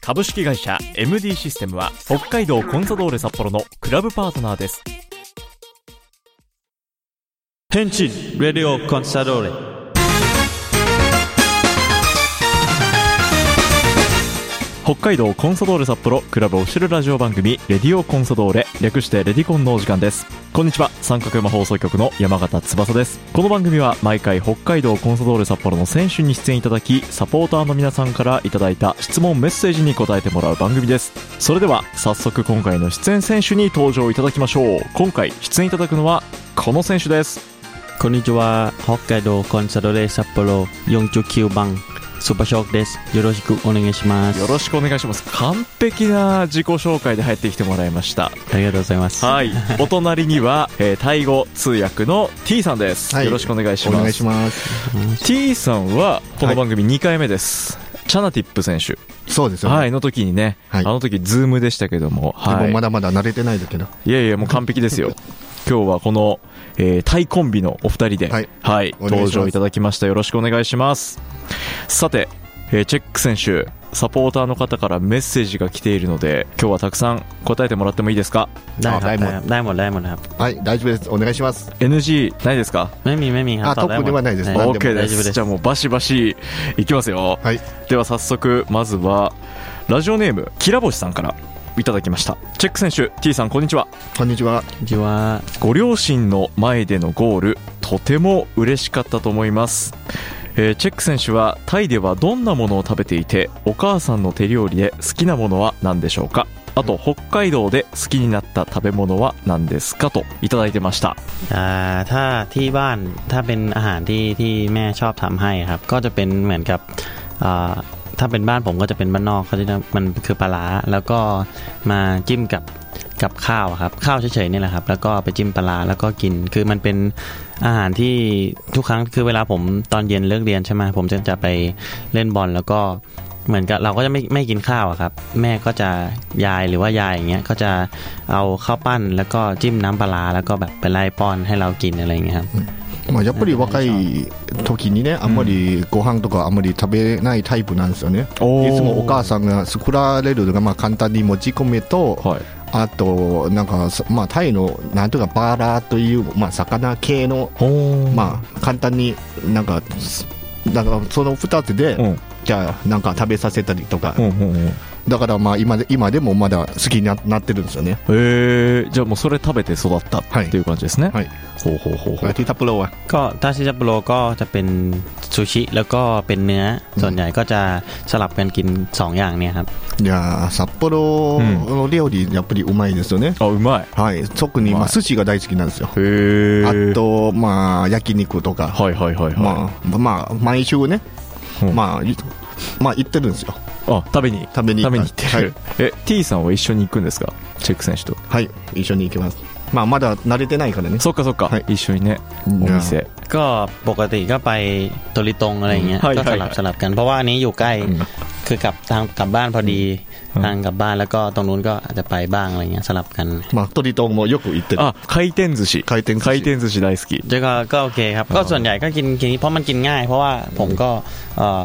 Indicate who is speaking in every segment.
Speaker 1: 株式会社 MD システムは北海道コンサドーレ札幌のクラブパートナーです。
Speaker 2: Henshin Radio Consadole.
Speaker 1: 北海道コンソドーレ札幌クラブオフィシャルラジオ番組「レディオコンソドーレ」略して「レディコン」のお時間ですこんにちは三角山放送局の山形翼ですこの番組は毎回北海道コンソドーレ札幌の選手に出演いただきサポーターの皆さんからいただいた質問メッセージに答えてもらう番組ですそれでは早速今回の出演選手に登場いただきましょう今回出演いただくのはこの選手です
Speaker 2: こんにちは。北海道コンサドレ札幌49番スーパーショックです。よろしくお願いします。
Speaker 1: よろしくお願いします完璧な自己紹介で入ってきてもらいました
Speaker 2: ありがとうございます。
Speaker 1: はい、お隣には、えー、タイ語通訳の T さんです、
Speaker 3: はい
Speaker 1: よろしくお願いし
Speaker 3: お
Speaker 1: ます
Speaker 3: 願いします。
Speaker 1: T さんはこの番組2回目です、チャナティップ選手、
Speaker 3: そうですよね。
Speaker 1: はい、の時にね、
Speaker 3: はい
Speaker 1: あの時ズームでしたけども、
Speaker 3: で
Speaker 1: は
Speaker 3: も
Speaker 1: い、
Speaker 3: まだまだ慣れてないだけど、
Speaker 1: いやいやもう完璧です よ今日はこの、えータイコンビのお二人で、は
Speaker 3: はいいお願いします
Speaker 1: 登場いただきましたよろしくお願いしますさて、えーチェック選手サポーターの方からメッセージが来ているので今日はたくさん答えてもらってもいいですか
Speaker 2: ได้ค
Speaker 3: ได้หมด
Speaker 2: รับได้หมดได้หมดครับ
Speaker 3: はい、大丈夫です。お願いします。
Speaker 1: NG ないですか
Speaker 2: ไม่มีไม่มีครับ
Speaker 3: อ่ะ
Speaker 2: ตอบได้หม
Speaker 3: ขอบ
Speaker 2: ด
Speaker 3: คุณที่ว่าไหนです
Speaker 2: ด้ห
Speaker 3: ね
Speaker 2: ม
Speaker 3: OK
Speaker 2: ด
Speaker 1: OK で
Speaker 2: 大丈
Speaker 1: す
Speaker 2: 夫です
Speaker 1: じゃあもうバシバシいきますよ
Speaker 3: はい、
Speaker 1: では早速まずはラジオネームきらぼしさんからいただきましたチェック選手 T さんこんにちは
Speaker 3: こんにちは。
Speaker 2: こんにちは
Speaker 1: ご両親の前でのゴールとても嬉しかったと思います、えーチェック選手はタイではどんなものを食べていてお母さんの手料理で好きなものは何でしょうかあと北海道で好きになった食べ物は何ですかといただいてました
Speaker 2: อ่าถ้าที่บ้านถ้าเป็นอาหารที่ที่แม่ชอบทำให้ครับ ก็จะเป็นเหมือนกับอ่าถ้าเป็นบ้านผมก็จะเป็นบ้านนอกเขาจะมันคือปลาร้าแล้วก็มาจิ้มกับกับข้าวครับ ข้าวเฉยๆนี่แหละครับ แล้วก็ไปจิ้มปลาร้าแล้วก็กินคือมันเป็นอาหารที่ทุกครั้งคือเวลาผมตอนเย็นเลิกเรียนใช่ไหมผมจะจะไปเล่นบอลแล้วก็ เหมือนกับเราก็จะไม่ไม่กินข้าวอะครับ แม่ก็จะยายหรือว่ายายอย่างเงี้ยก็จะเอาข้าวปั้นแล้วก็จิ้มน้ำปลาร้าแล้วก็แบบไปไล่ป้อนให้เรากินอะไรอย่างเงี้ยครับ
Speaker 3: まあ、やっぱり若い時にね、あんまりご飯とかあんまり食べないタイプなんですよね。
Speaker 1: お
Speaker 3: いつもお母さんが作られるのがまあ簡単に持ち込めと、
Speaker 1: はい
Speaker 3: あと、なんかそ、まあ、タイのなんとかバーラーという、まあ、魚系の、まあ、簡単になんか、なんかその2つで、
Speaker 1: うん
Speaker 3: じゃあ、なんか食べさせたりとか、
Speaker 1: うんうんうん
Speaker 3: だからまあ今で今でもまだ好きにななってるんですよね。
Speaker 1: えー、じゃあもうそれ食べて育ったっていう感じですね、
Speaker 3: はい
Speaker 1: ほうほうほうほう
Speaker 3: ティタプロは。
Speaker 2: ก็ถ้าชิจับโรก็จะเป็นซูชิแล้วก็เป็นเนื้อส่วนใหญ่ก็จะสลับกันกินสองอย่างเนี่ยครับ
Speaker 3: いやー札幌の料理やっぱりうまいですよね。
Speaker 1: あうまい
Speaker 3: はい、特に
Speaker 1: う
Speaker 3: ま
Speaker 1: ま
Speaker 3: あ
Speaker 1: い
Speaker 3: 寿司が大好きなんですよ。
Speaker 1: へえ
Speaker 3: あとまあ焼肉とか、
Speaker 1: はいはいはいはい、
Speaker 3: まあまあ毎週ね、
Speaker 1: うん
Speaker 3: まあいまあ行ってるんですよ。
Speaker 1: あ食べに
Speaker 3: 食べに
Speaker 1: 食べに行っ
Speaker 3: 行ってて
Speaker 1: る、え T さんは一緒に行くんですかチェック選手と
Speaker 3: はい、一緒に行きます。まあまだ慣れてないからね。
Speaker 1: そっかそっか、
Speaker 3: はい
Speaker 1: 一緒にねお
Speaker 3: いや
Speaker 1: 店
Speaker 2: ก็ปกติก็ไปโตริตงอะไรอย่างเงี้ย
Speaker 1: อืม
Speaker 2: ก็
Speaker 1: ใช่
Speaker 2: ส
Speaker 1: ใช่
Speaker 2: ลับสลับกัน เพราะว่าอันนี้อยู่ใกล้คือกลับทางกลับบ้านพอดี
Speaker 1: อืม
Speaker 2: ทางกลับบ้านแล้วก็ตรงนู้นก็อาจจะไปบ้างอะไรเงี้ยสลับกัน
Speaker 3: まあ鳥ともよく行ってる。
Speaker 1: あ回転寿司
Speaker 3: 回転寿司
Speaker 1: 回転寿司大好き
Speaker 2: จะก็ก็โอเคครับก็ส่วนใหญ่ก็กินกินเพราะมันกินง่าย เพราะว่าผมก็เอ่อ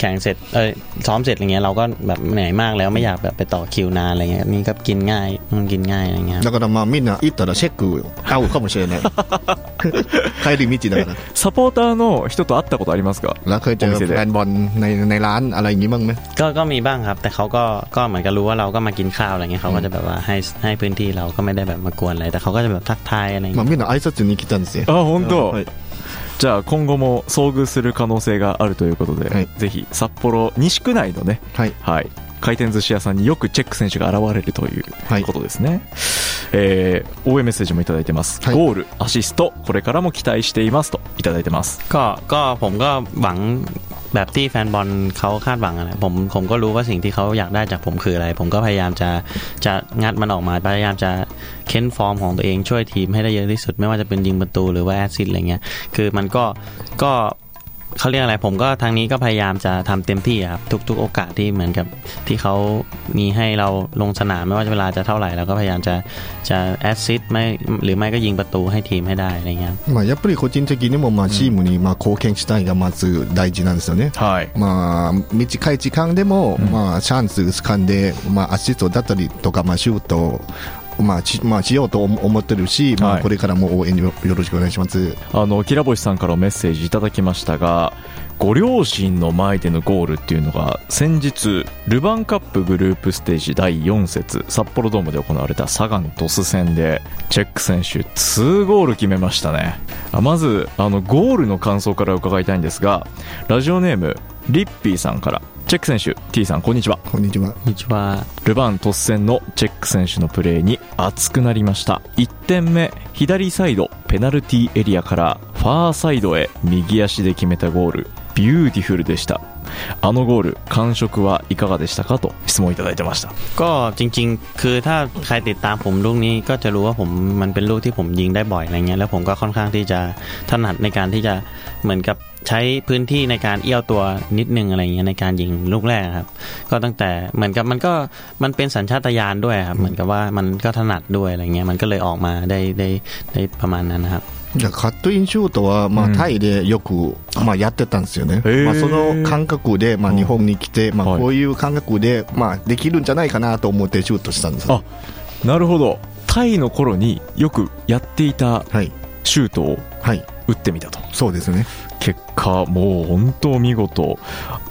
Speaker 2: แข่งเสร็จเอยซ้อมเสร็จอะไรเงี้ยเราก็แบบเหนื่อยมากแล้วไม่อยากแบบไปต่อคิวนานอะไรเงี้ยนี่ก็กินง่ายมันกินง่ายอะไรเงี้ยครับ
Speaker 3: だからまあみんな行ったらシェック合うかもしれ ない。帰り道だから。
Speaker 1: サポーターの人と会ったことありますか
Speaker 3: แล้วเคยเจอ
Speaker 1: お店
Speaker 3: แฟ
Speaker 1: で
Speaker 3: นบอลในในร้านอะไรอย่างนี้บ้างไหม
Speaker 2: ก็ก็มีบ้างครับ แต่เขาก็ก็เหมือนกันรู้ว่าเราก็มากินข้าวอะไรเงี้ยเขาก็จะแบบว่าให้ให้พื้นที่เราก็ไม่ได้แบบมากวนอะไรแต่เขาก็จะแบบทักทายอะไร
Speaker 3: ま
Speaker 2: เงี้
Speaker 3: あ、
Speaker 2: ย
Speaker 3: みんな挨拶に来たんですよ。
Speaker 1: あ本当、
Speaker 3: はい
Speaker 1: じゃあ今後も遭遇する可能性があるということで、
Speaker 3: はい
Speaker 1: ぜひ札幌西区内のね
Speaker 3: はい。
Speaker 1: はい、回転寿司屋さんによくチェック選手が現れるという
Speaker 3: はい
Speaker 1: ことですね、えー応援メッセージもいただいてます、
Speaker 3: はい
Speaker 1: ゴールアシストこれからも期待していますといただいてます
Speaker 2: ก็ก็ผมก็หวัง แบบที่แฟนบอลเขาคาดหวังอะนะผมผมก็รู้ว่าสิ่งที่เขาอยากได้จากผมคืออะไร ผมก็พยายามจะจะงัดมันออกมาพยายามจะเค้นฟอร์มของตัวเองช่วยทีมให้ได้เยอะที่สุด ไม่ว่าจะเป็นยิงประตูหรือว่าแอสซิสต์อะไรเงี้ยคือมันก็ก็เขาเรียกอะไร ผมก็ทางนี้ก็พยายามจะทำเต็มที่อะครับทุก ๆ โอกาสที่เหมือนกับที่เขามีให้เราลงสนามไม่ว่าจะเวลาจะเท่าไหร่เราก็พยายามจะจะแอสซิสต์ไม่หรือไม่ก็ยิงประตูให้ทีมให้ได้อะไรเงี้ย
Speaker 3: まあ、やっぱり個人的にもまあチームにまあ貢献したいがまず大事なんですよね。
Speaker 1: はい
Speaker 3: まあ、短い時間でも、
Speaker 1: うん
Speaker 3: まあ、チャンス掴んで、まあ、アシストだったりとか、まあ、シュートを、まあしまあ、しようと思思ってるし、ま
Speaker 1: は
Speaker 3: あ、
Speaker 1: い
Speaker 3: これからも応援よよろしくお願いします。
Speaker 1: あのキラボシさんからメッセージいただきましたがご両親の前でのゴールっていうのが先日ルヴァンカップグループステージ第4節札幌ドームで行われたサガン鳥栖戦でチェック選手2ゴール決めましたねあまずあのゴールの感想から伺いたいんですがラジオネームリッピーさんからチェック選手 T さんこんにちは
Speaker 3: こんにちは。
Speaker 2: こんにちは。
Speaker 1: ルヴァン突戦のチェック選手のプレーに熱くなりました1点目左サイドペナルティーエリアからファーサイドへ右足で決めたゴールビューティフルでしたあのゴール感触はいかがでしたかと質問いただいてました
Speaker 2: ก็จริงๆ คือถ้าใครติดตามผมลูกนี้ก็จะรู้ว่าผมมันเป็นลูกที่ผมยิงได้บ่อยอะไรเงี้ยแล้วผมก็ค่อนข้างที่จะถนัดในการที่จะเหมือนกับใช้พื้นที่ในการเอี้ยวตัวนิดนึงอะไรเงี้ยในการยิงลูกแรกครับ ก็ตั้งแต่เหมือนกับมันก็มันเป็นสัญชาตญาณด้วยครับเหมือนกับว่ามันก็ถนัดด้วยอะไรเงี้ยมันก็เลยออกมาได้ได้ได้ประมาณนั้นนะครับ
Speaker 3: じゃあカットインシュートは、ま
Speaker 1: う
Speaker 3: あ、
Speaker 1: ん
Speaker 3: タイでよく、まあ、やってたんですよね、
Speaker 1: へえ
Speaker 3: まあ、その感覚で、まあ、
Speaker 1: うん
Speaker 3: 日本に来て、ま
Speaker 1: は
Speaker 3: あ、
Speaker 1: い
Speaker 3: こういう感覚で、まあ、できるんじゃないかなと思ってシュートしたんです。
Speaker 1: あなるほどタイの頃によくやっていた
Speaker 3: はい、
Speaker 1: シュートを
Speaker 3: はい、
Speaker 1: 打ってみたと
Speaker 3: そうですね。
Speaker 1: 結果もう本当見事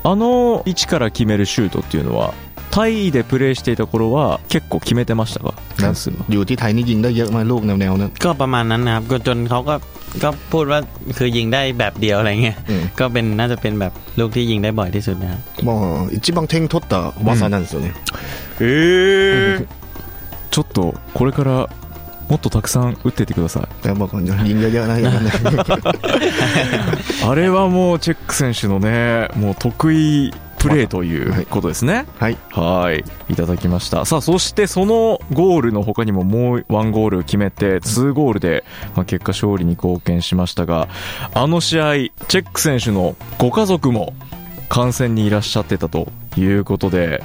Speaker 1: あの位置から決めるシュートっていうのはタイでプレーしていた頃は結構決めてましたか何するの
Speaker 3: อยู่ที่ไทยนี่ยิงได้เยอะไหมลูกแนวๆนั้น
Speaker 2: ก็ประมาณนั้นนะครับก็จนเขาก็ก็พูดว่าคือยิงได้แบบเดียวอะไรเงี้ย
Speaker 3: อืม
Speaker 2: ก็เป็นน่าจะเป็นแบบลูกที่ยิงได้บ่อยที่สุดนะครับ
Speaker 3: もう一番点取った技なんですよね。
Speaker 1: ええ ちょっとこれからもっとたくさん打っていってください
Speaker 3: แต่บอกก่อนยิงเยอะๆนะอย่างนั้นนะ
Speaker 1: あれはもうチェック選手のねもう得意プレーということですね
Speaker 3: はい
Speaker 1: はいいただきましたさあそしてそのゴールの他にももう1ゴール決めて2ゴールで、まあ、結果勝利に貢献しましたがあの試合チェック選手のご家族も観戦にいらっしゃってたということで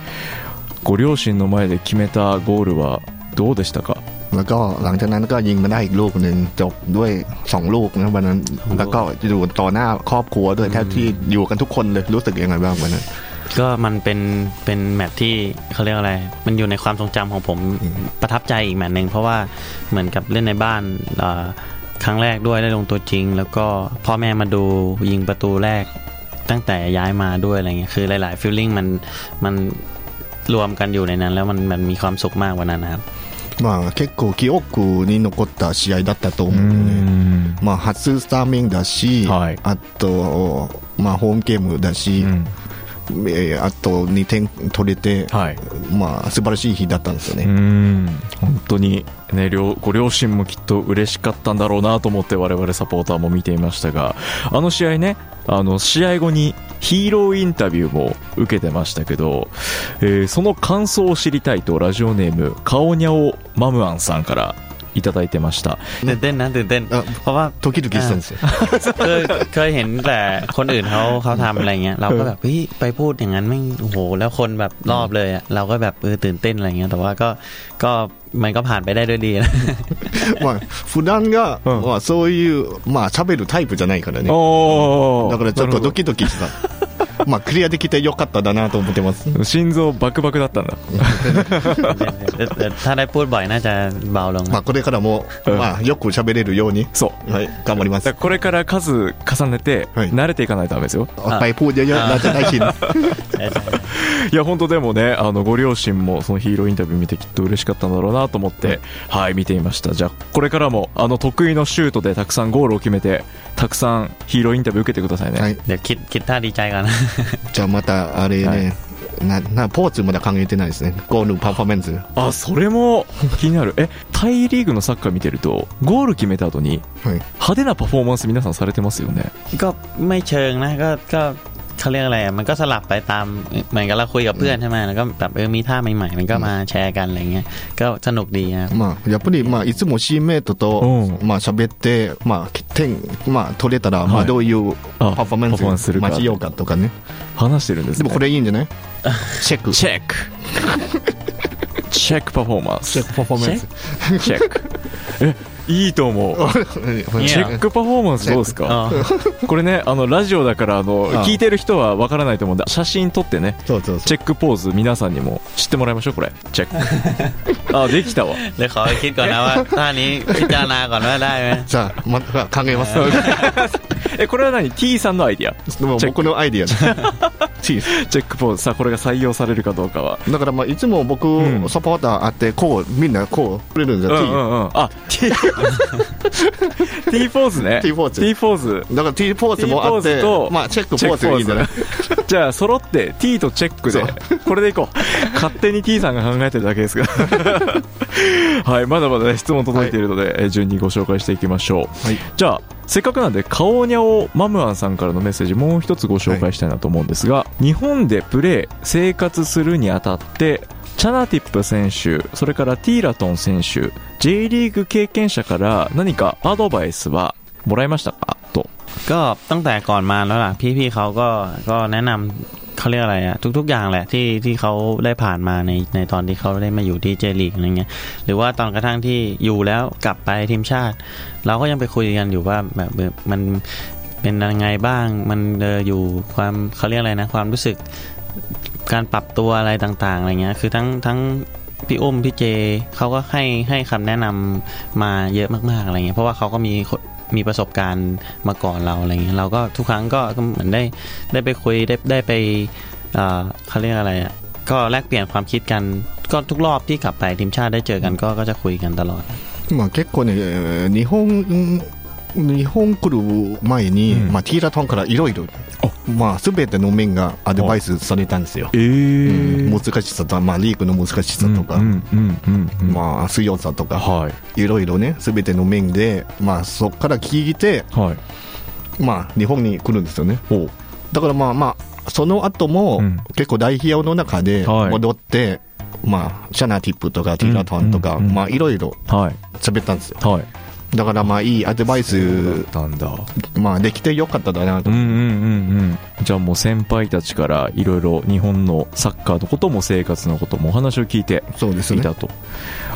Speaker 1: ご両親の前で決めたゴールはどうでしたか
Speaker 3: แล้วก็หลังจากนั้นก็ยิงมาได้อีกลูกหนึ่งจบด้วยสองลูกนะวันนั้น
Speaker 2: สองลูก
Speaker 3: แล้วก็อยู่ต่อหน้าครอบครัวด้วยแทบที่อยู่กันทุกคนเลยรู้สึกยังไงบ้างวันนั้น
Speaker 2: ก็มันเป็นเป็นแมตช์ที่เขาเรียกอะไร มันอยู่ในความทรงจำของผม
Speaker 3: อืม
Speaker 2: ประทับใจอีกแมตช์หนึ่งเพราะว่าเหมือนกับเล่นในบ้านเอ่อครั้งแรกด้วยได้ลงตัวจริง แล้วก็พ่อแม่มาดูยิงประตูแรก ตั้งแต่ย้ายมาด้วยอะไรเงี้ยคือหลายๆฟีลลิ่งมันมันรวมกันอยู่ในนั้น แล้วมันมันมีความสุขมากกว่านั้นนะครับ
Speaker 3: まあ結構記憶に残った試合だったと
Speaker 1: う
Speaker 3: 思うんでね
Speaker 1: ん
Speaker 3: まあ初スタメンだし、
Speaker 1: はい
Speaker 3: あとまあホームゲームだし、えーあと2点取れて、
Speaker 1: はい
Speaker 3: まあ素晴らしい日だったんですよね。
Speaker 1: うん本当に、ね、両ご両親もきっと嬉しかったんだろうなと思って我々サポーターも見ていましたがあの試合ねあの試合後にヒーローインタビューも受けてましたけど、えーその感想を知りたいとラジオネームカオニャオマムアンさんからいただいてました
Speaker 2: ตื่นเต้นนะตื่นเต้น
Speaker 3: あ
Speaker 2: เพราะว่า
Speaker 3: 時々したんですよ。
Speaker 2: เคยเคยเห็นแต่คนอื่นเขาเขาทำอะไรเงี้ยเราก็แบบเฮ้ยไปพูดอย่างนั้นแม่งโอ้โหแล้วคนแบบรอบเลยอะเราก็แบบเออตื่นเต้นอะไรเงี้ยแต่ว่าก็ก็มันก็ผ่านไปได้ด้วยดี นะ
Speaker 3: まあ普段が、
Speaker 1: うん
Speaker 3: まあそういうまあ喋るタイプじゃないからね。
Speaker 1: おー
Speaker 3: だからちょっと
Speaker 1: なる
Speaker 3: ドキドキした。 まあクリアできてよかっただなと思ってます。
Speaker 1: ほど心臓バクバクだったんだ
Speaker 2: เดี๋ยวเดี๋ยวถ้าได้พูดบ่อยน่าจะเบาลงนะ
Speaker 3: まあこれからも、
Speaker 1: うん
Speaker 3: まあよく喋れるように、
Speaker 1: そう
Speaker 3: はい、頑張りま
Speaker 1: だから
Speaker 3: す。
Speaker 1: これから数重ねて
Speaker 3: はい
Speaker 1: 慣れていかないとダメですよ
Speaker 3: あパイプをややなじゃないし、
Speaker 1: いや本当でもねあのご両親もそのヒーローインタビュー見てきっと嬉しかったんだろうなと思ってはい見ていましたじゃあこれからもあの得意のシュートでたくさんゴールを決めてたくさんヒーローインタビュー受けてくださいね、
Speaker 3: はい、
Speaker 2: เดี๋ยวคิดคิดท่าดีใจก่อน นะ
Speaker 3: じゃあまたあれね、
Speaker 1: は
Speaker 3: ななポーズまだ考えてないですね。ゴールパフォーマンス。は
Speaker 1: あそれも 気になるえタイリーグのサッカー見てるとゴール決めた後に
Speaker 3: い。
Speaker 1: 派手なパフォーマンス皆さんされてますよね
Speaker 2: ก็ไม่เชิงนะก็ก็ เขาเรียกอะไรอะมันก็สลับไปตามเหมือนกับเราคุยกับเพื่อนใช่ไหมแล้วก็แบบเออมีท่าใหม่ๆ มันก็มาแชร์กันอะไรเงี้ยก็สนุกดีครับ
Speaker 3: まあ、やっぱり、まあ、いつもチームメイトと、
Speaker 1: う
Speaker 3: まあ、喋って、まあ、点、まあ、取れたら、
Speaker 1: はい
Speaker 3: まあ、どういう
Speaker 1: あ
Speaker 3: パフォーマ
Speaker 1: パフォーマン
Speaker 3: ン
Speaker 1: ス
Speaker 3: ス
Speaker 1: するか
Speaker 3: 待ちようかとかね。
Speaker 1: 話してるんです、
Speaker 3: で
Speaker 1: ね、
Speaker 3: も、これいいんじゃない チェック。
Speaker 1: チ ェックチェックパフォーマンス
Speaker 3: ェックパフォーマンス。
Speaker 1: チェックえいいと思う
Speaker 2: いや
Speaker 1: チェックパフォーマンスどうですか
Speaker 2: あー
Speaker 1: これねあのラジオだからあの
Speaker 3: ああ
Speaker 1: 聞いてる人はわからないと思うんで写真撮ってね
Speaker 3: そうそうそう。
Speaker 1: チェックポーズ皆さんにも知ってもらいましょうこれチェッ クあできたわ
Speaker 2: เดี๋ยวขอไปคิดก่อนนะว่าท่านี้พิจารณาก่อนว่าได้ไหม
Speaker 3: じゃあ、また考えます。
Speaker 1: えこれは何 T さんのアイディア
Speaker 3: でも
Speaker 1: チェック
Speaker 3: 僕のアイディア です。チーズ。
Speaker 1: チェックポーズさあこれが採用されるかどうかは
Speaker 3: だからまあいつも僕、
Speaker 1: うん
Speaker 3: サポーターあってこうみんなこうくれるんじゃ、
Speaker 1: うんん
Speaker 3: T
Speaker 1: うんうんあ T ポーズね
Speaker 3: T ポーズ
Speaker 1: T ポーズ
Speaker 3: だから T ポーズもあっ
Speaker 1: T ポー
Speaker 3: て
Speaker 1: ズと
Speaker 3: まあチェックポーズいいんじゃない
Speaker 1: じゃあ揃って T とチェックでこれでいこう勝手に T さんが考えてるだけ ですがはいまだまだ、ね、質問届いているので、えー順にご紹介していきましょう、
Speaker 3: はい
Speaker 1: じゃあせっかくなんでカオニャオマムアンさんからのメッセージもう一つご紹介したいなと思うんですが、日本でプレー生活するにあたってチャナティップ選手それからティーラトン選手 J リーグ経験者から何かアドバイスはもらいましたかと
Speaker 2: ก็ตั้งแต่ก่อนมาแล้วล่ะ พี่ๆเขาก็ก็แนะนำเขาเรียกอะไรอะทุก ๆ อย่างแหละที่ที่เขาได้ผ่านมาในในตอนที่เขาได้มาอยู่ที่เจลีกอะไรเงี้ยหรือว่าตอนกระทั่งที่อยู่แล้วกลับไปทีมชาติ เราก็ยังไปคุยกันอยู่ว่าแบบเออมันเป็นยังไงบ้าง มันเอออยู่ความเขาเรียกอะไรนะ ความรู้สึกการปรับตัวอะไรต่างๆอะไรเงี้ยคือทั้งทั้งพี่อุ้มพี่เจเขาก็ให้ให้คำแนะนำมาเยอะมากๆอะไรเงี้ยเพราะว่าเขาก็มี มีประสบการณ์มาก่อนเราอะไรเงี้ยเราก็ทุกครั้งก็ก็เหมือนได้ได้ไปคุยได้ได้ไปเอ่อเขาเรียกอะไรอ่ะก็แลกเปลี่ยนความคิดกัน ก็ทุกรอบที่กลับไปทีมชาติได้เจอกันก็ก็จะคุยกันตลอด
Speaker 3: まあ結構ねえー日本日本来る前に、
Speaker 1: うん
Speaker 3: まあ、ティーラトンからいろいろまあ全ての面がアドバイスされたんですよ、
Speaker 1: え
Speaker 3: う
Speaker 1: ー
Speaker 3: ん難しさと、まあ、リーグの難しさとか、
Speaker 1: うんうんうんうんうん
Speaker 3: まあ強さとか
Speaker 1: はい
Speaker 3: いろいろね全ての面で、まあ、そこから聞いて、
Speaker 1: はい
Speaker 3: まあ、日本に来るんですよね
Speaker 1: おう
Speaker 3: だからまあまあその後も、
Speaker 1: うん
Speaker 3: 結構代表の中で
Speaker 1: はい
Speaker 3: 戻って、まあシャナティップとかティーラトンとか、
Speaker 1: うんうんうん
Speaker 3: まあいろいろ
Speaker 1: はい
Speaker 3: 喋ったんですよ
Speaker 1: はい
Speaker 3: だからまあいいアドバイス
Speaker 1: たんだ
Speaker 3: まあできてよかっただな
Speaker 1: う
Speaker 3: と
Speaker 1: んうんうんうんじゃあもう先輩たちからいろいろ日本のサッカーのことも生活のこともお話を聞いて
Speaker 3: そうです
Speaker 1: い
Speaker 3: ね
Speaker 1: たと、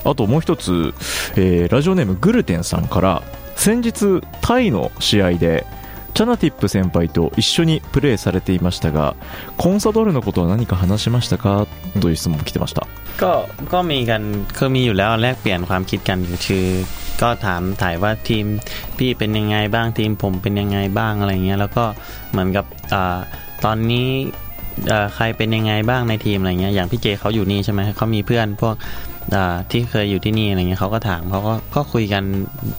Speaker 1: あともう一つ、えーラジオネームグルテンさんから先日タイの試合でチャナティップ先輩と一緒にプレーされていましたがコンサドールのことは何か話しましたかという質問も来てました
Speaker 2: ก็ก็มีกันคือมีอยู่แล้วแลกเปลี่ยนความคิดกันคือก็ถามถ่ายว่าทีมพี่เป็นยังไงบ้างทีมผมเป็นยังไงบ้างอะไรเงี้ยแล้วก็เหมือนกับอาตอนนี้เอ่อใครเป็นยังไงบ้างในทีมอะไรเงี้ยอย่างพี่เจเขาอยู่นี่ใช่ไหมเขามีเพื่อนพวกอ่าที่เคยอยู่ที่นี่อะไรเงี้ยเขาก็ถามเขาก็ก็คุยกัน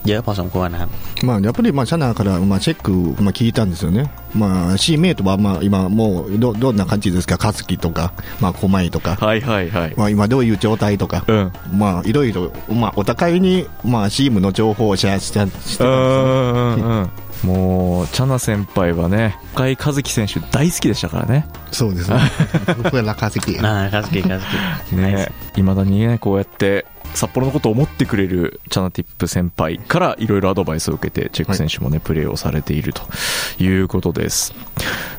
Speaker 2: เยอะพอสมควรนะครับ
Speaker 3: まあやっぱりまあシャナからまあチェックまあ聞いたんですよねまあチームメイトはまあ今もうどどんな感じですかカズキとかまあコマイとか、
Speaker 1: はいはいはい
Speaker 3: まあ、今どういう状態とか
Speaker 1: うんうん
Speaker 3: まあいろいろまあお互いにまあチームの情報をシェアしてしてたんですよ
Speaker 1: うんうんうんもうチャナ先輩はね深井和樹選手大好きでしたからね
Speaker 3: そうですね。僕は落下席。
Speaker 2: อ่าคาสกิคาสกิ
Speaker 1: ねいまだにねこうやって札幌のことを思ってくれるチャナティップ先輩からいろいろアドバイスを受けてチェック選手もね、プレーをされているということです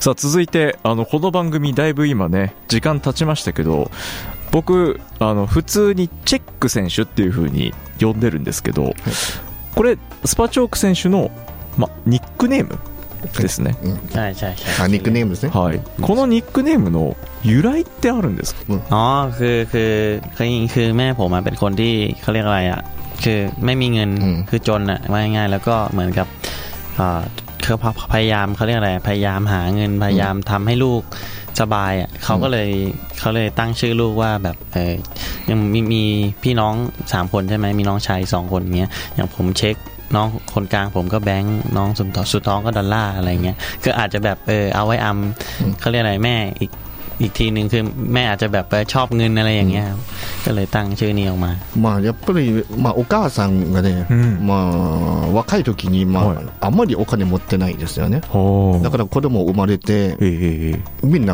Speaker 1: さあ続いてあのこの番組だいぶ今ね時間経ちましたけど僕あの普通にチェック選手っていう風に呼んでるんですけど、これスパチョーク選手の、ま、ニックネームですね、
Speaker 2: ใช่ใช่ใช่
Speaker 3: あ、ニックネームですね。
Speaker 1: はい、このニックネームの由来ってあるんですか
Speaker 2: อ๋อ คือ คือคือจริงๆคือแม่ผมอะเป็นคนที่เขาเรียกอะไรอะคือไม่มีเงิน
Speaker 3: อืม
Speaker 2: คือจนอะว่าง่ายๆแล้วก็เหมือนกับอ่าเขาพะพยายามเขาเรียกอะไร พยายามหาเงิน พยายามทำให้ลูกสบายอะเขาก็เลยเขาเลยตั้งชื่อลูกว่าแบบเออยังมีมีพี่น้องสามคนใช่ไหมมีน้องชายสองคนเงี้ย อย่างผมเช็ค น้องคนกลางผมก็แบงค์น้องสุดท้องสุดท้องก็ดอลลาร์อะไรเงี้ย ก็อาจจะแบบเออเอาไว้อำเขาเรียกอะไรแม่อีก อีกทีหนึ่งคือแม่อาจจะแบบชอบเงินอะไรอย่างเงี้ยครับก็เลยตั้งชื่อนี้ออกมา
Speaker 3: まあやっぱり、まあ、お母さんがね、
Speaker 1: うん
Speaker 3: まあ、若い時に、まあ
Speaker 1: はい
Speaker 3: あんまりお金持ってないですよね
Speaker 1: ほう
Speaker 3: だから子供生まれて
Speaker 1: えええええ
Speaker 3: みんな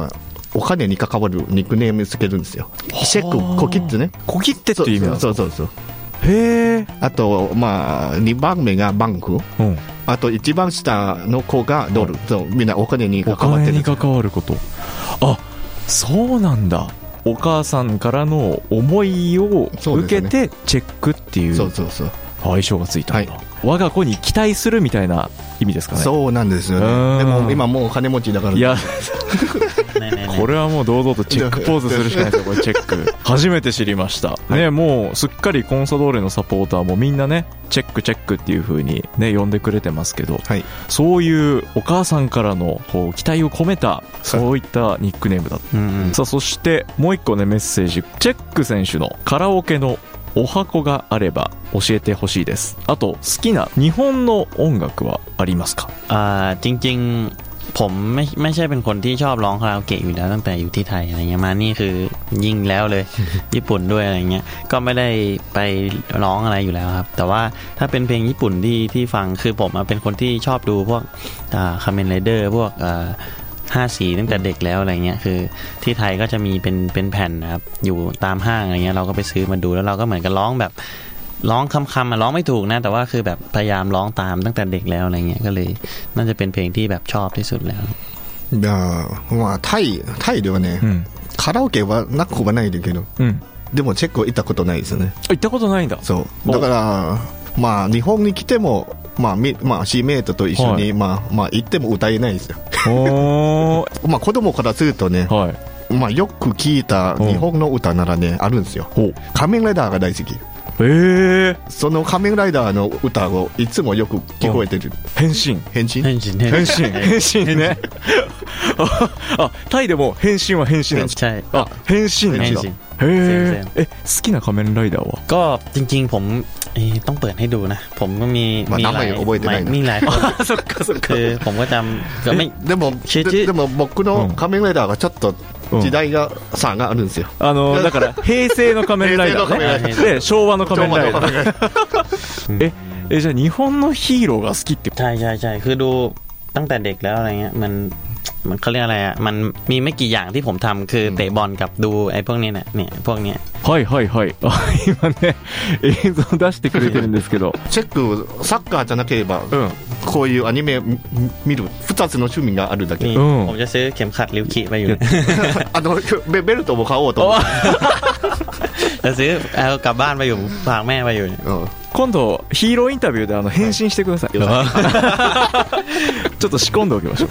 Speaker 3: お金に関わるニックネームつけるんですよシェックコキってね
Speaker 1: え小切手って
Speaker 3: そ
Speaker 1: いう意味なんです
Speaker 3: そ
Speaker 1: か
Speaker 3: うそうそう
Speaker 1: へえ
Speaker 3: あとまあ2番目がバンク
Speaker 1: うん
Speaker 3: あと一番下の子がドル、そうみんなお金に
Speaker 1: お
Speaker 3: 関わって
Speaker 1: 金
Speaker 3: る
Speaker 1: に関わることあそうなんだお母さんからの思いを
Speaker 3: そう
Speaker 1: 受
Speaker 3: です
Speaker 1: け
Speaker 3: ね
Speaker 1: てチェックってい
Speaker 3: そう
Speaker 1: う
Speaker 3: そうそう
Speaker 1: 相性がついたんだ、我が子に期待するみたいな意味ですかね
Speaker 3: そうなんですよ
Speaker 1: うーん
Speaker 3: ねでも今もうお金持ちだから
Speaker 1: いや
Speaker 2: ねえねえねえ
Speaker 1: これはもう堂々とチェックポーズするしかないですよ、これチェッ ク。初めて知りました。ね、もうすっかりコンサドーレのサポーターもみんなね、チェックチェックっていう風にね、呼んでくれてますけど、
Speaker 3: はい
Speaker 1: そういうお母さんからのこう期待を込めた、そういったニックネームだった。
Speaker 2: うんうん
Speaker 1: さあ、そしてもう一個ね、メッセージ。チェック選手のカラオケのお箱があれば教えてほしいです。あと、好きな日本の音楽はありますか
Speaker 2: อ่าจริงๆผมไม่ไม่ใช่เป็นคนที่ชอบร้องคาราโอเกะอยู่แล้วตั้งแต่อยู่ที่ไทยอะไรเงี้ยมานี่คือยิ่งแล้วเลย ญี่ปุ่นด้วยอะไรเงี้ยก็ไม่ได้ไปร้องอะไรอยู่แล้วครับ แต่ว่าถ้าเป็นเพลงญี่ปุ่นที่ที่ฟังคือผมอะเป็นคนที่ชอบดูพวกคาเมนไรเดอร์พวกอ่าห้าสีตั้งแต่เด็กแล้วอะไรเงี้ยคือที่ไทยก็จะมีเป็นเป็นแผ่นนะครับอยู่ตามห้างอะไรเงี้ยเราก็ไปซื้อมาดูแล้วเราก็เหมือนกับร้องแบบ ร้องคำคำๆอะร้องไม่ถูกนะ แต่ว่าคือแบบพยายามร้องตามตั้งแต่เด็กแล้วอะไรเงี้ยก็เลย น่าจะเป็นเพลงที่แบบชอบที่สุดแล้ว
Speaker 3: いやーまあタイタイではね、
Speaker 1: うん。
Speaker 3: カラオケはなくはないんだけど
Speaker 1: うん。
Speaker 3: でもチェックは行ったことないですよね
Speaker 1: あ行ったことないんだ。
Speaker 3: そうだからまあ日本に来てもまあみまあシーメイトと一緒に、
Speaker 1: はい
Speaker 3: まあまあ行っても歌えないですよ
Speaker 1: おー
Speaker 3: まあ子供からするとね、
Speaker 1: はい。
Speaker 3: まあよく聞いた日本の歌ならね、あるんですよ
Speaker 1: ほう。
Speaker 3: 仮面ライダーが大好き
Speaker 1: ええ
Speaker 3: その仮面ライダーの歌をいつもよく聞こえてる
Speaker 1: 変身。
Speaker 3: 変身
Speaker 2: 変 身
Speaker 1: 変身。変身ね。 あ、タイでも変身は変身なんですか
Speaker 2: ใช่
Speaker 1: あ、変身なんだ。へ
Speaker 2: 変身
Speaker 1: え
Speaker 2: 全。
Speaker 1: え、好きな仮面ライダーは
Speaker 2: ก็จริงๆผมเอ่อต้องเปิดให้ดูนะ ผมก็มี
Speaker 3: มา
Speaker 2: มี
Speaker 3: นับ
Speaker 2: หลาย
Speaker 3: ให้覚えてないนะ
Speaker 2: มีหลายคน
Speaker 1: あ、そっかそっか
Speaker 2: คือผมก็จำก็ไม่
Speaker 3: でも
Speaker 2: 集
Speaker 3: で
Speaker 2: 中
Speaker 3: でも僕の仮面ライダーがちょっと時代が差があるんですよ
Speaker 1: あの、だから、平成の仮面ライダー
Speaker 2: 平成の仮面ライダ
Speaker 1: ね。
Speaker 2: ー
Speaker 1: で、昭和の仮面ライダー。
Speaker 3: ー
Speaker 1: え、 え、じゃあ日本のヒーローが好きってこと
Speaker 2: ใช่ใช่ใช่คือดูตั้งแต่เด็กแล้วอะไรเงี้ยมันมันเขาเรียกอะไรอ่ะมันมีไม่กี่อย่างที่ผมทำคือเตะบอลกับดูไอ้พวกนี้เนี่ยเนี่ยพวกเนี้ย
Speaker 1: はいはいはい。 あ今ね、映像出してくれてるんですけど。
Speaker 3: チェックサッカーじゃなければ
Speaker 1: うん。
Speaker 3: こういうアニメみ見る2つの趣味があるだけ
Speaker 2: นี่
Speaker 1: อืม
Speaker 2: ผมจะซื้อเข็มขัดริวคิไปอยู่เนี่ย
Speaker 3: あのベベルトも買おうと思っ
Speaker 2: จะซื้อเอากลับบ้านไปอยู่ฝากแม่ไปอยู่เนี่ย
Speaker 3: て、うん
Speaker 1: 今度、ヒーローインタビューであの、変身してください。 ちょっと仕込んでおきましょう。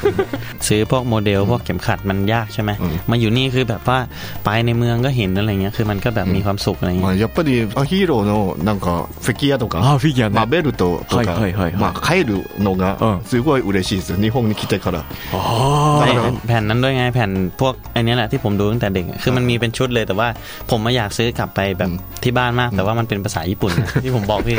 Speaker 2: ซื้อพวกโมเดลพวกเข็มขัดมันยากใช่ไหม
Speaker 3: อืม
Speaker 2: มาอยู่นี่คือแบบว่าไปในเมืองก็เห็นอะไรเงี้ยคือมันก็แบบมีความสุขอะไร
Speaker 3: ま
Speaker 2: เงี้
Speaker 3: あ、
Speaker 2: ย
Speaker 3: やっぱりあヒーローのなんかフィギュアとか
Speaker 1: あ、フィギュアね。
Speaker 3: まあ、ベルトと
Speaker 1: は
Speaker 3: か、
Speaker 1: いはいはいはい
Speaker 3: まあ、買えるの
Speaker 1: う
Speaker 3: が
Speaker 1: ん
Speaker 3: すごい嬉しいですよ、日本に来てから、
Speaker 1: あ
Speaker 3: だ
Speaker 2: ไอ้
Speaker 3: から
Speaker 2: แผ่นนั้นด้วยไงแผ่นพวกไอันนี้ยแหละที่ผมดูตั้งแต่เด็กอะคือมันมีเป็นชุดเลยแต่ว่าผมมาอยากซื้อกลับไปแบบ
Speaker 3: อืม
Speaker 2: ที่บ้านมาก แต่ว่ามันเป็นภาษา ญี่ปุ่นนะที่ผมบอกพี่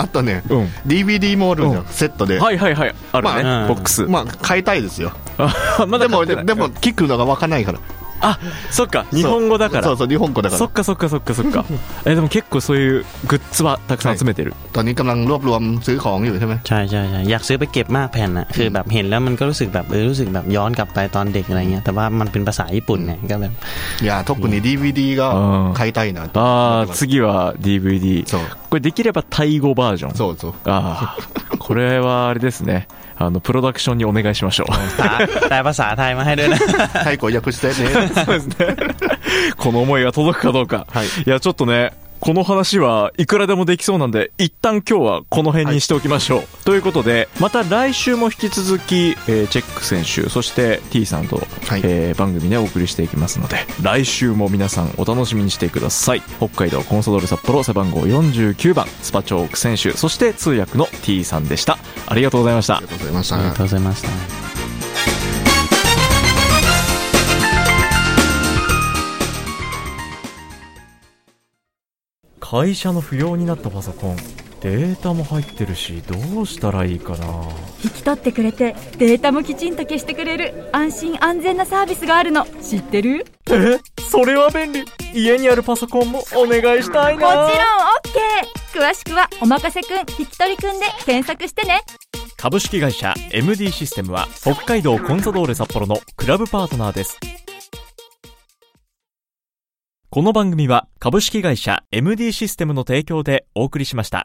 Speaker 3: あとね、
Speaker 1: うん
Speaker 3: DVD もあるんですよ、セットで、
Speaker 1: はいはいはい。あるね。
Speaker 2: まあ
Speaker 1: ボックス。
Speaker 3: まあ、買いたいですよ、
Speaker 1: あ、 ま
Speaker 3: で
Speaker 1: だ買
Speaker 3: も、
Speaker 1: ってない
Speaker 3: でも、、聞くのがわかんないから、
Speaker 1: あ、そっか、日本語だから。
Speaker 3: そうそう、日本語だか
Speaker 1: そ
Speaker 3: ら
Speaker 1: っ、かそっかそっかそっか。え、でも結構そういうグッズはたくさん集めてる。
Speaker 3: ตอนนี้กำลังรวบรวมซื้อของอยู่ใช่ไหม
Speaker 2: ใช่ใช่ใช่อยากซื้อไปเก็บมากแผ่นอะคือแบบเห็นแล้วมันก็รู้สึกแบบเออรู้สึกแบบย้อนกลับไปตอนเด็กอะไรเงี้ยแต่ว่ามันเป็นภาษาญี่ปุ่นเนี่ยก็แบบ
Speaker 3: いや、特に DVD
Speaker 1: うん
Speaker 3: が買いたいなと
Speaker 1: あ
Speaker 3: 思
Speaker 1: あ、
Speaker 3: ってます
Speaker 1: 次は DVD。
Speaker 3: そう
Speaker 1: これできればタイ語バージョン。
Speaker 3: そうそう、
Speaker 1: ああ、これはあれですね。あの、プロダクションにお願いしましょう。
Speaker 2: ตาแต่ภาษาไทยมาให้ด้วยนะ
Speaker 3: 太鼓訳して ね。
Speaker 1: この思いが届くかどうか。
Speaker 3: はい
Speaker 1: いや、ちょっとね、この話はいくらでもできそうなんで、一旦今日はこの辺にしておきましょう。ということで、また来週も引き続き、えーチェック選手、そして T さんと、
Speaker 3: はい
Speaker 1: えー番組ね、お送りしていきますので、来週も皆さんお楽しみにしてください。北海道コンサドール札幌背番号49番、スパチョーク選手、そして通訳の T さんでした。ありがとうございました
Speaker 3: あり。がとうございまし
Speaker 2: ありが
Speaker 3: た
Speaker 2: とうございました
Speaker 1: 会社の不要になったパソコンデータも入ってるしどうしたらいいかな
Speaker 4: 引き取ってくれてデータもきちんと消してくれる安心安全なサービスがあるの知ってる
Speaker 1: えそれは便利家にあるパソコンもお願いしたい
Speaker 4: もちろん OK 詳しくは「おまかせくん引き取りくん」で検索してね
Speaker 1: 株式会社 MD システムは北海道コンサドーレ札幌のクラブパートナーですこの番組は株式会社 MD システムの提供でお送りしました